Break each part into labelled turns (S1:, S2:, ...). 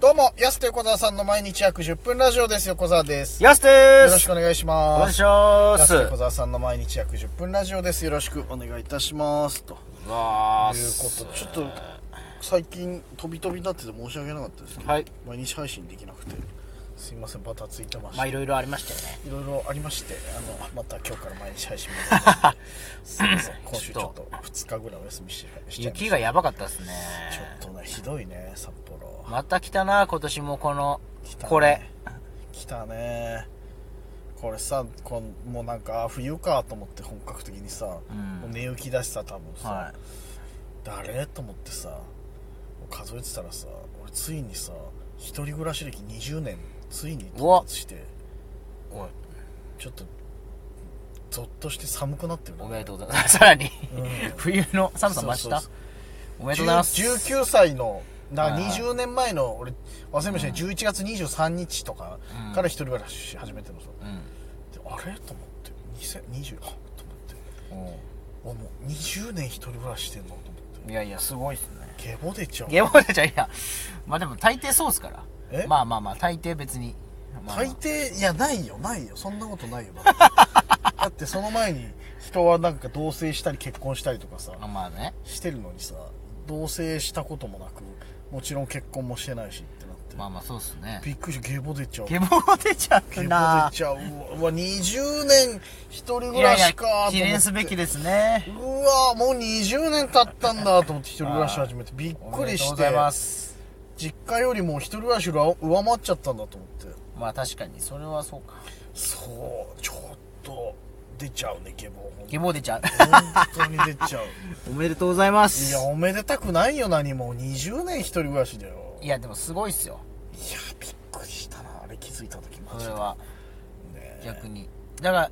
S1: どうも、ヤスと横澤さんの毎日約10分ラジオです。横澤です。よ
S2: やすです
S1: ろしくお願いし
S2: お
S1: ま
S2: 願い
S1: す。
S2: しま
S1: ヤス
S2: す
S1: と横澤さんの毎日約10分ラジオです。よろしくお願いいたします。という
S2: わ
S1: こ
S2: ー
S1: とで、ちょっと、最近、飛び飛びになってて申し訳なかったですけど、
S2: はい
S1: 毎日配信できなくて、すいません、バタついてまし
S2: ま
S1: た。
S2: あ
S1: い
S2: いろいろありましたよね
S1: ろいろありまして、あの、また今日から毎日配信もできなくて すいません、今週ちょっと2日ぐらいお休みしてしちゃいまし
S2: 雪がやばかったですね
S1: た。ちょっとね、ひどいね、札幌。
S2: また来たな今年もこの
S1: 来たね
S2: これ
S1: 来たねこれさこんもうなんかあ冬かと思って本格的にさ、
S2: うん
S1: もう寝起きだしさ多分さ、
S2: は
S1: 誰と思ってさもう数えてたらさ俺ついにさ一人暮らし歴20年ついに到達して
S2: いおい
S1: ちょっとゾッとして寒くなってる
S2: おめでとうございます さらに
S1: ん
S2: 冬の寒さ増した
S1: そうそう
S2: おめでとうございます
S1: 10 19歳の
S2: はい
S1: な
S2: はい
S1: 20年前の俺忘れましたね、11月23日とかから一人暮らしし始めてるのさ、
S2: うん
S1: であれと思って2020あと思って
S2: お
S1: あもう20年一人暮らししてんのと思って
S2: ういやいやすごいっすね
S1: ゲボ出ちゃう
S2: ゲボ出ちゃいやまあでも大抵そうっすから
S1: え
S2: まあまあまあ大抵別にまあまあ
S1: 大抵いやないよないよそんなこと ないよまだだってその前に人はなんか同棲したり結婚したりとかさ
S2: まあまあね
S1: してるのにさ同棲したこともなくもちろん結婚もしてないしってなって、
S2: まあまあそうっすね
S1: びっくりしてゲボ出ちゃう
S2: ゲボ出ちゃ
S1: ゲボ
S2: う
S1: 出
S2: な
S1: ちゃううわうわ20年一人
S2: い
S1: 暮
S2: や
S1: ら
S2: いや
S1: しかーと思って
S2: 記念すべきですね
S1: うわもう20年経ったんだと思って一人暮らし始めてびっくり
S2: おめでとう
S1: し
S2: ござ
S1: て
S2: います
S1: 実家よりも一人暮らしが上回っちゃったんだと思って
S2: まあ確かにそれはそうか
S1: そうちょっと出ちゃうねゲボ
S2: ゲボ 出ちゃう
S1: 本当に出 ちゃう
S2: おめでとうございま
S1: い
S2: す
S1: やおめでたくないよ何も20年一人暮らしだよい
S2: いやでもすごいっすよ
S1: やびっくりしたなあれ気づいた時マ
S2: そ
S1: ジ
S2: れ
S1: で
S2: は
S1: ね
S2: 逆にだから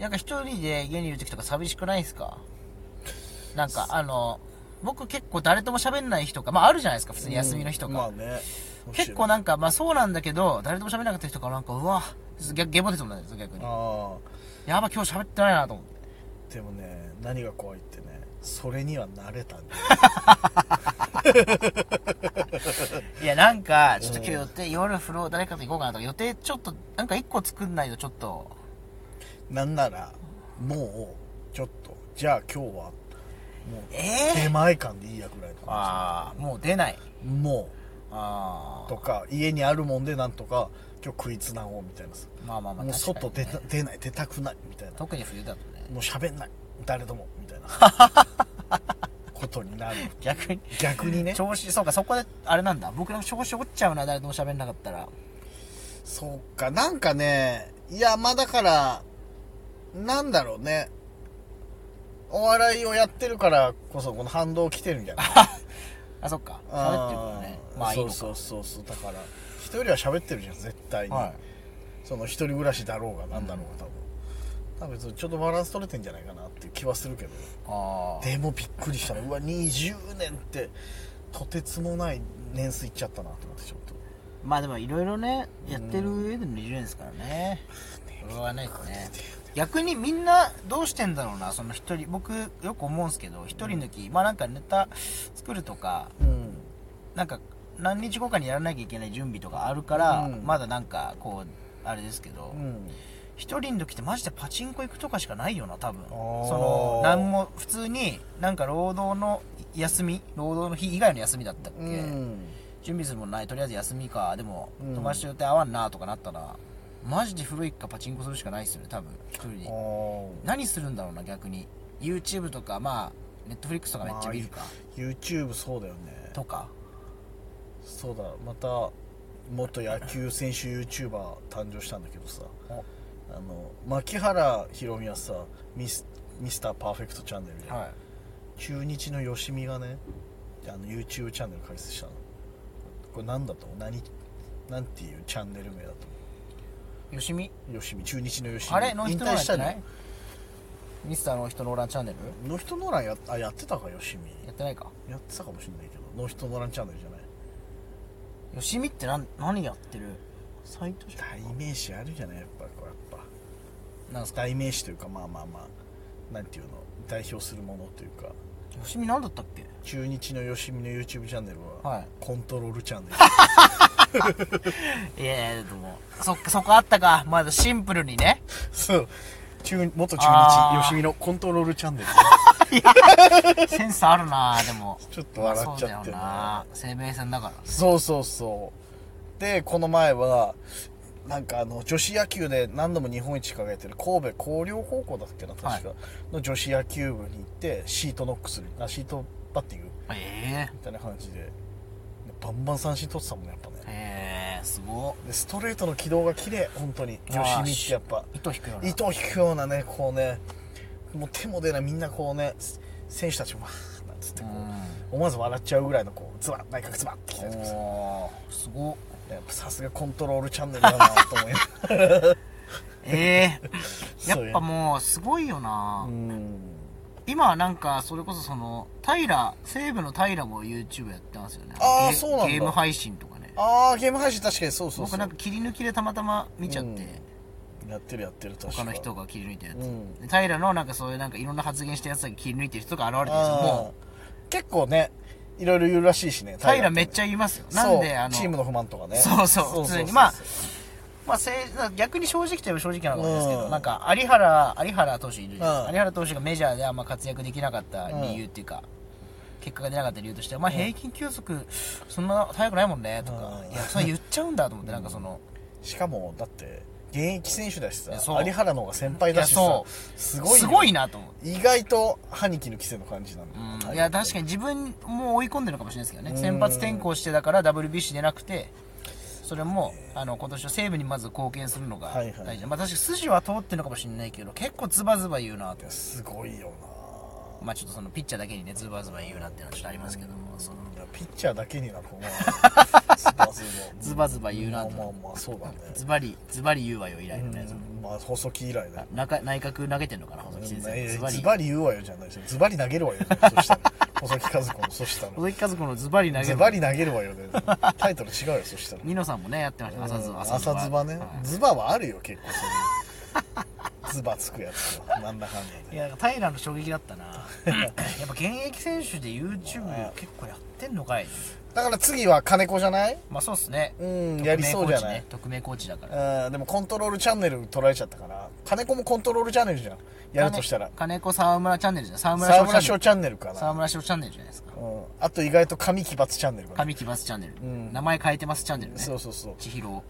S2: なんか一人で家にいる時とか寂しくないですかなんかあの僕結構誰とも喋んない日とかまああるじゃないですか普通に休みの日と
S1: うんま
S2: か、
S1: あね
S2: 結構なんかまあそうなんだけど誰とも喋んなかった日とかなんかうわ逆ゲボ出てもないですよ逆に
S1: ああ
S2: やば今日喋ってないなと思って
S1: でもね何が怖いってねそれには慣れたんだよ
S2: いや、なんか、ちょっと今日予定、夜風呂誰かと行こうかなとか、予定ちょっと、なんか一個作んないとちょっと、
S1: なんならもうちょっとじゃあ今日はもう
S2: え
S1: 出
S2: え
S1: 前感でいいやぐらいの
S2: ああ、もう出ない。
S1: もう
S2: ああ
S1: と、か家にあるもんでなんとか今日食いつなごうみたいなさ
S2: まあまあまあ、
S1: もう
S2: 確か
S1: 外
S2: に
S1: 出
S2: ね
S1: た、出ない出たくないみたいなも
S2: 特に冬だとね。
S1: う喋んない誰ともみたいなことになる
S2: 逆に、
S1: 逆にね
S2: 調子、そうか、そこで、あれなんだ。僕の調子落ちちゃうな、誰とも喋んなかったら。
S1: そうかなんかねいやまあだからなんだろうねお笑いをやってるからこそこの反動来てるんじゃない
S2: あ、そっか。喋ってるからね。
S1: あー
S2: まあいいのか。
S1: そうそうそうそうだから人よりは喋ってるじゃん絶対に、
S2: はい
S1: その一人暮らしだろうがなんだろうが多分、多分別にちょっとバランス取れてんじゃないかなっていう気はするけど
S2: あ
S1: でもびっくりしたねうわ20年ってとてつもない年数いっちゃったなと思ってちょっと
S2: あ。まあでも、いろいろね、やってる上での20年ですからね。それはないですね。逆にみんなどうしてんだろうなその一人僕よく思うんですけど一人抜き、まあなんかネタ作るとか
S1: うん
S2: なんか何日後かにやらなきゃいけない準備とかあるから、
S1: うん
S2: まだなんかこうあれですけど
S1: うん
S2: 一、人の時ってマジでパチンコ行くとかしかないよな多分
S1: あー
S2: その何も普通になんか労働の休み労働の日以外の休みだったっけ、
S1: うん
S2: 準備するもんないとりあえず休みかでも
S1: うん
S2: 友達と予定合わんなとかなったらマジで古いかパチンコするしかないですよね多分一人で
S1: あー
S2: 何するんだろうな逆に YouTube とかまあ Netflix とかめっちゃ見るか、
S1: YouTube そうだよね
S2: とか
S1: そうだまた元野球選手 YouTuber 誕生したんだけどさあの牧原宏美はさミスミスターパーフェクトチャンネルで、
S2: はい
S1: 中日のよしみがねあの YouTube チャンネル開設したのこれ何だと思う何なんていうチャンネル名だと思
S2: よしみ
S1: うよしみ中日のよしみ
S2: あれノーヒッ
S1: 引
S2: トノー
S1: 退
S2: ラン
S1: し
S2: じ
S1: た
S2: ゃ
S1: の
S2: ないミスターノーヒットノーランチャンネル
S1: ノーヒットノーランやあやってたかよしみ
S2: やってないか
S1: やってたかもしれないけどノーヒットノーランチャンネルじゃない
S2: よしみって何何やってるサイトじゃ
S1: 代名詞あるじゃないやっぱこうやっぱ
S2: なんですか
S1: 代名詞というかまあまあまあなんていうの代表するものというか
S2: よしみ何だったっけ
S1: 中日のよしみの YouTube チャンネルは、
S2: はい
S1: コントロールチャンネル
S2: いやいやでもそっかそこあったかまだシンプル にね
S1: そう中元中
S2: あー
S1: 日よしみのコントロールチャンネル
S2: センスあるなでも
S1: ちょっと笑っちゃって
S2: そうだ
S1: る
S2: よ
S1: な
S2: な生命線だから
S1: そうそうそうでこの前はなんかあの女子野球で何度も日本一輝いてる神戸広陵高校だっけな確か、
S2: は
S1: の女子野球部に行ってシートノックするあシートバッティング
S2: え
S1: みたいな感じでバンバン三振取ってたもんねやっぱ
S2: え
S1: ね
S2: へえすごっ
S1: でストレートの軌道が綺麗本当に女子にってやっぱ
S2: 糸引くような
S1: 糸を引くようなねこうねもう手も出ないみんなこうねす選手たちわーなんつってこう、思わず笑っちゃうぐらいのこうズバッ内角ズバッってきたりとかさ
S2: おおすごっ
S1: やっぱさすがコントロールチャンネルだなと 思いながら
S2: ええや
S1: そう
S2: っぱもうすごいよな、
S1: うん
S2: 今はなんかそれこそその平西部の平も YouTube やってますよね
S1: あー
S2: ゲ
S1: そうなんだ
S2: ゲーム配信とかね
S1: ああゲーム配信確かにそうそうそ
S2: 僕
S1: う
S2: なんか切り抜きでたまたま見ちゃって、
S1: うんやってるやってる確か
S2: 他の人が切り抜いたやつ、
S1: うん
S2: で平のなんかそういうなんかいろんな発言したやつが切り抜いてる人が現れてるんですよ
S1: あ
S2: も
S1: ー結構ねいろいろ言うらしいしね
S2: う平めっちゃ言いますよなんであの
S1: チームの不満とかね
S2: そうそう普通にまあまあ、せい逆に正直といえば正直なことですけど、
S1: うん
S2: なんか有原有原投手いるじゃないですか、
S1: うん
S2: 有原投手がメジャーであんま活躍できなかった理由っていうか、結果が出なかった理由としては、まあ、平均球速そんな速くないもんねとか、
S1: うん
S2: いやそれ言っちゃうんだと思って、なんかその
S1: しかもだって現役選手だしさ
S2: いやそう
S1: 有原の方が先輩だし
S2: いや
S1: さ
S2: そう
S1: す
S2: す
S1: ごいよ
S2: ごいなと思って。
S1: 意外と歯に衣着せぬ感じなんだよ
S2: う、
S1: なん
S2: いや確かに自分も追い込んでるのかもしれないですけどね、
S1: うん
S2: 先発転向してだから WBC 出なくてそれもあの今年の西武にまず貢献するのが
S1: はい
S2: 大事
S1: は
S2: な、
S1: い
S2: まあ、確かに筋は通ってるのかもしれないけど結構ズバズバ言うなと
S1: すごいよ
S2: まあちょっとそのピッチャーだけにねズバズバ言うなっていうのはちょっとありますけどもその
S1: ないやピッチャーだけになる方がズバズバ
S2: ズバズバ言うなと
S1: まあまあまあそうだね
S2: ズバリズバリ言うわよ以来のね、
S1: うんまあ細木以来だよ
S2: 中内角投げてんのかな細木先
S1: い
S2: 生
S1: や
S2: ズ
S1: い
S2: バ
S1: や
S2: リ
S1: ズバリ言うわよじゃないですよズバリ投げるわよじゃないそしたら細木和子のそした ら
S2: 細木和子のズバリ投げる
S1: ズバリ投げるわよでタイトル違うよそしたら
S2: ニノさんもねやってました朝ズバ
S1: うん朝ズバね、
S2: はい
S1: ズバはあるよ結構そういうズバつくやつはなんだかんだで
S2: いや平の衝撃だったな やっぱ現役選手で YouTube 結構やってんのかい
S1: だから次は金子じゃない
S2: まあそうっすね
S1: うん
S2: 匿名
S1: やりそうじゃない
S2: コーチね匿名コーチだから
S1: うんでもコントロールチャンネル取られちゃったから金子もコントロールチャンネルじゃんやるとしたら
S2: 金金子沢村チャンネルじゃん沢
S1: 沢村
S2: 村
S1: 賞
S2: 賞チ
S1: チャンネルか
S2: ャンネル沢
S1: な、
S2: 村賞チャンネルじゃないですか
S1: うん、あと意外と神奇抜チャンネルかな、
S2: 神木バスチャンネル、
S1: ん
S2: 名前変えてますチャンネルね
S1: そうそうそう、
S2: 千尋
S1: うん、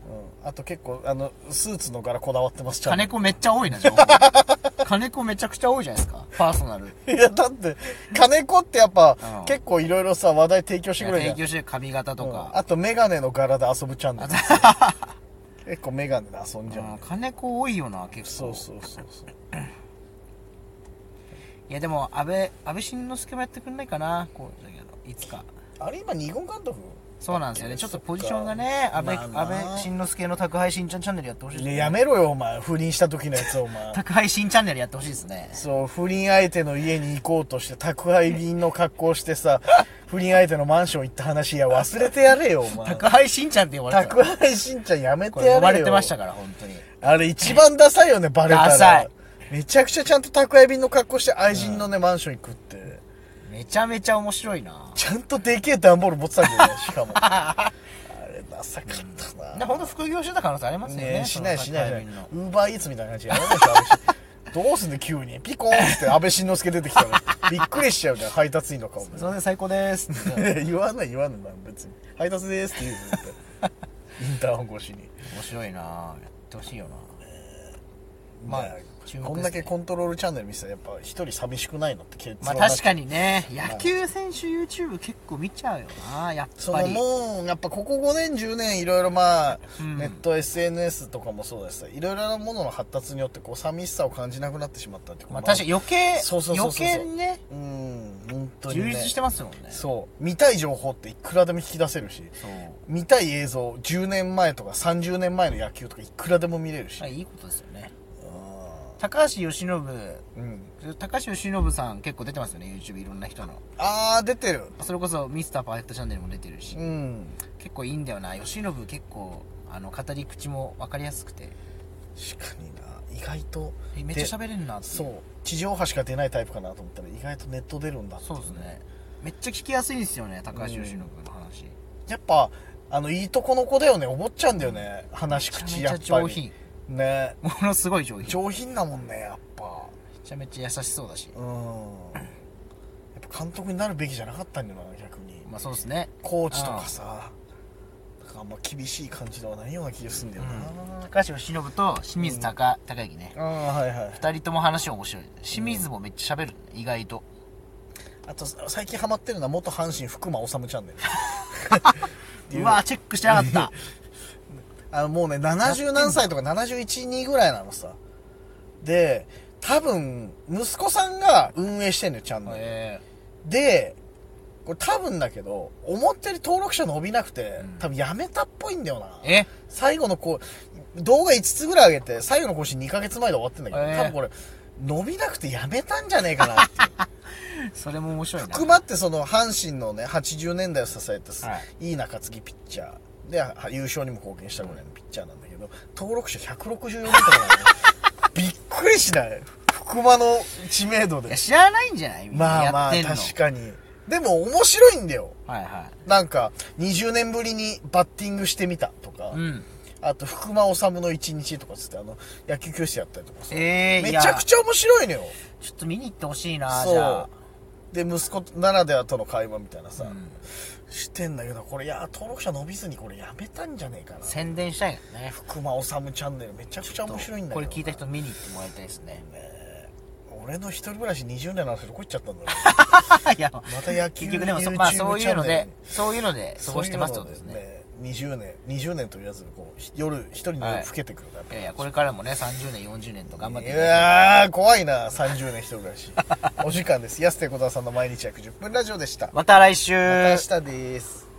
S1: あと結構あのスーツの柄こだわってますチャンネ
S2: 金
S1: ル
S2: 子めっちゃ多い な情報金子めちゃくちゃ多いじゃないですかパーソナ ル
S1: いやだって金子ってやっぱ、
S2: うん
S1: 結構いろいろさ話題提供してくれるじゃ
S2: 提
S1: ん
S2: 供してる髪型と
S1: うん
S2: か、
S1: あとメガネの柄で遊ぶチャンネル結構メガネで遊んじゃう、
S2: うん金子多いよな結
S1: そ
S2: 構
S1: うそうそうそう
S2: いやでも安倍安倍晋之助もやってくんないかなこうだけどいつか
S1: あれ今二軍監督
S2: そうなんですよね。ちょっとポジションが
S1: そっ
S2: ね、
S1: か
S2: 安倍、
S1: まあまあ
S2: 安倍晋之助の宅配新ちゃんチャンネルやってほしいです
S1: い
S2: ね。
S1: ややめろよお前不倫した時のやつお前
S2: 宅配新チャンネルやってほしいですね。
S1: そう、不倫相手の家に行こうとして、宅配便の格好をして さ、不倫相手のマンション行った話、いや、忘れてやれよ、お 前。
S2: 宅配新ちゃんって呼ばれてた
S1: 宅
S2: から。
S1: 配しんちゃんやめて
S2: こ
S1: やれ
S2: れ
S1: よ。
S2: 呼ばれてましたから、本当に。
S1: あれ一番ダサいよね、バレたら。
S2: ダサい
S1: めちゃくちゃちゃんと宅配便の格好して愛人のね、マンション行くって。
S2: めちゃめちゃ面白いな。
S1: ちゃんとでけえ段ボール持ってたけどね、しか も。あれ、ダサかった
S2: で、
S1: な。
S2: ほんと副業してた可能性ありますよね。
S1: ねえ、しないしないしない
S2: その宅配便の。
S1: ウーバーイーツみたいな感じでやめましょう安倍晋どうすんの急に。ピコーンって安倍晋之助出てきたら。びっくりしちゃうじゃん、配達員の顔も。
S2: すいません、最高です。
S1: 言わない言わないな別に配達でーすって言う絶対インターホン越しに
S2: 面白いなやってほしいよな。ま
S1: ま
S2: あ
S1: あ、
S2: 注目ですね
S1: こんだけコントロールチャンネル見せたらやっぱ一人寂しくないのって結
S2: まあ
S1: 論
S2: 確
S1: に
S2: かにね、野球選手 YouTube 結構見ちゃうよな、やっ
S1: そ
S2: ぱ
S1: の
S2: り。
S1: もうやっぱここ5年10年いろいろまあ、
S2: うん
S1: ネット SNS とかもそうだしさいろいろなものの発達によってこう寂しさを感じなくなってしまったって
S2: まあ確かに余計、
S1: そうそうそ
S2: 余
S1: うそう
S2: 計にね、
S1: にうん本当に、ね、
S2: 充実してますもんね。
S1: そう見たい情報っていくらでも引き出せるし
S2: そう。
S1: 見たい映像10年前とか30年前の野球とかいくらでも見れるし、
S2: まあ、いいことですよね
S1: う
S2: 高橋由伸
S1: んうん
S2: 高橋由伸さん結構出てますよね YouTube いろんな人の
S1: あー出てる
S2: それこそ「ミスターパーフェクトチャンネル」も出てるし、
S1: うん
S2: 結構いいんだよな由伸結構あの語り口も分かりやすくて
S1: 確かにな意外と
S2: えめっちゃ
S1: で
S2: 喋れるなってい
S1: そう地上波しか出ないタイプかなと思ったら意外とネット出るんだってい
S2: そうですねめっちゃ聞きやすいんですよね高橋由伸の話、
S1: やっぱあのいいとこの子だよねお坊ちゃんだよね話し
S2: めちゃ
S1: 口
S2: めち
S1: や
S2: ゃ
S1: っぱ
S2: 上
S1: り
S2: 品
S1: ね
S2: ものすごい上品め
S1: 上品だもんねやっぱ
S2: ちゃめちゃ優しそうだし
S1: うんやっぱ監督になるべきじゃなかったんだよな逆に
S2: まあそうですね
S1: コーチとかさなんかあんま厳しい感じではないような気がするんだよな
S2: 高橋由伸と清水高,、高之ね
S1: ああはいはい
S2: 二人とも話面白い清水もめっちゃ喋る、意外と
S1: あと最近ハマってるのは元阪神福間治チャンネルっていう
S2: うわーチェックしてなかった
S1: あのもうね70何歳とか712ぐらいなのさで多分息子さんが運営してんのよチャンネル、
S2: え
S1: でこれ多分だけど思ったより登録者伸びなくて、
S2: うん
S1: 多分やめたっぽいんだよな
S2: ー、え
S1: 最後のこう動画5つぐらい上げて最後の更新2ヶ月前で終わってんだけど、
S2: えー
S1: 多分これ伸びなくてやめたんじゃねえかなっていう
S2: それも面白いな
S1: 福間ってその阪神のね80年代を支えたす、、
S2: はい
S1: い中継ぎピッチャーでは優勝にも貢献したぐらいのピッチャーなんだけど登録者164人とかなのびっくりしない福間の知名度
S2: い
S1: で
S2: や知らないんじゃないみんな
S1: まあま
S2: やっ
S1: あ
S2: てんの
S1: 確かにでも面白いんだよ
S2: はいは
S1: なんか20年ぶりにバッティングしてみたとか、
S2: いうん
S1: あと福間治の一日とかつってあの野球教室やったりとかさ、
S2: ええー、
S1: めちゃく
S2: い
S1: ちゃ面白いのよ
S2: やちょっと見に行ってほしいな
S1: そう
S2: じゃあ
S1: で息子ならではとの会話みたいなさ、
S2: うん
S1: してんだけどこれいや登録者伸びずにこれやめたんじゃねえかな
S2: 宣伝したいよね
S1: 福間治チャンネルめちゃくちゃ面白いんだ
S2: こ
S1: けど
S2: れ
S1: な
S2: 聞いた人見に行ってもらいたいですね
S1: 俺の一人暮らし20年の話どこ行っちゃったんだろ
S2: いや
S1: うまた野球
S2: 結局でもそ,、
S1: YouTube
S2: まあ、そういうの
S1: チャンネ
S2: で
S1: ル
S2: そういうので過ごしてますって
S1: そう
S2: こと
S1: い
S2: で
S1: う
S2: す
S1: の
S2: ね
S1: で20年20年と言わずこうひ夜一人に
S2: はい
S1: 老けてくるから、
S2: いやいやこれからもね30年40年と頑張ってい
S1: い
S2: ただいて
S1: やー怖いな30年一人暮らしお時間です安手小沢さんの毎日約10分ラジオでしたま
S2: また来週
S1: た明日です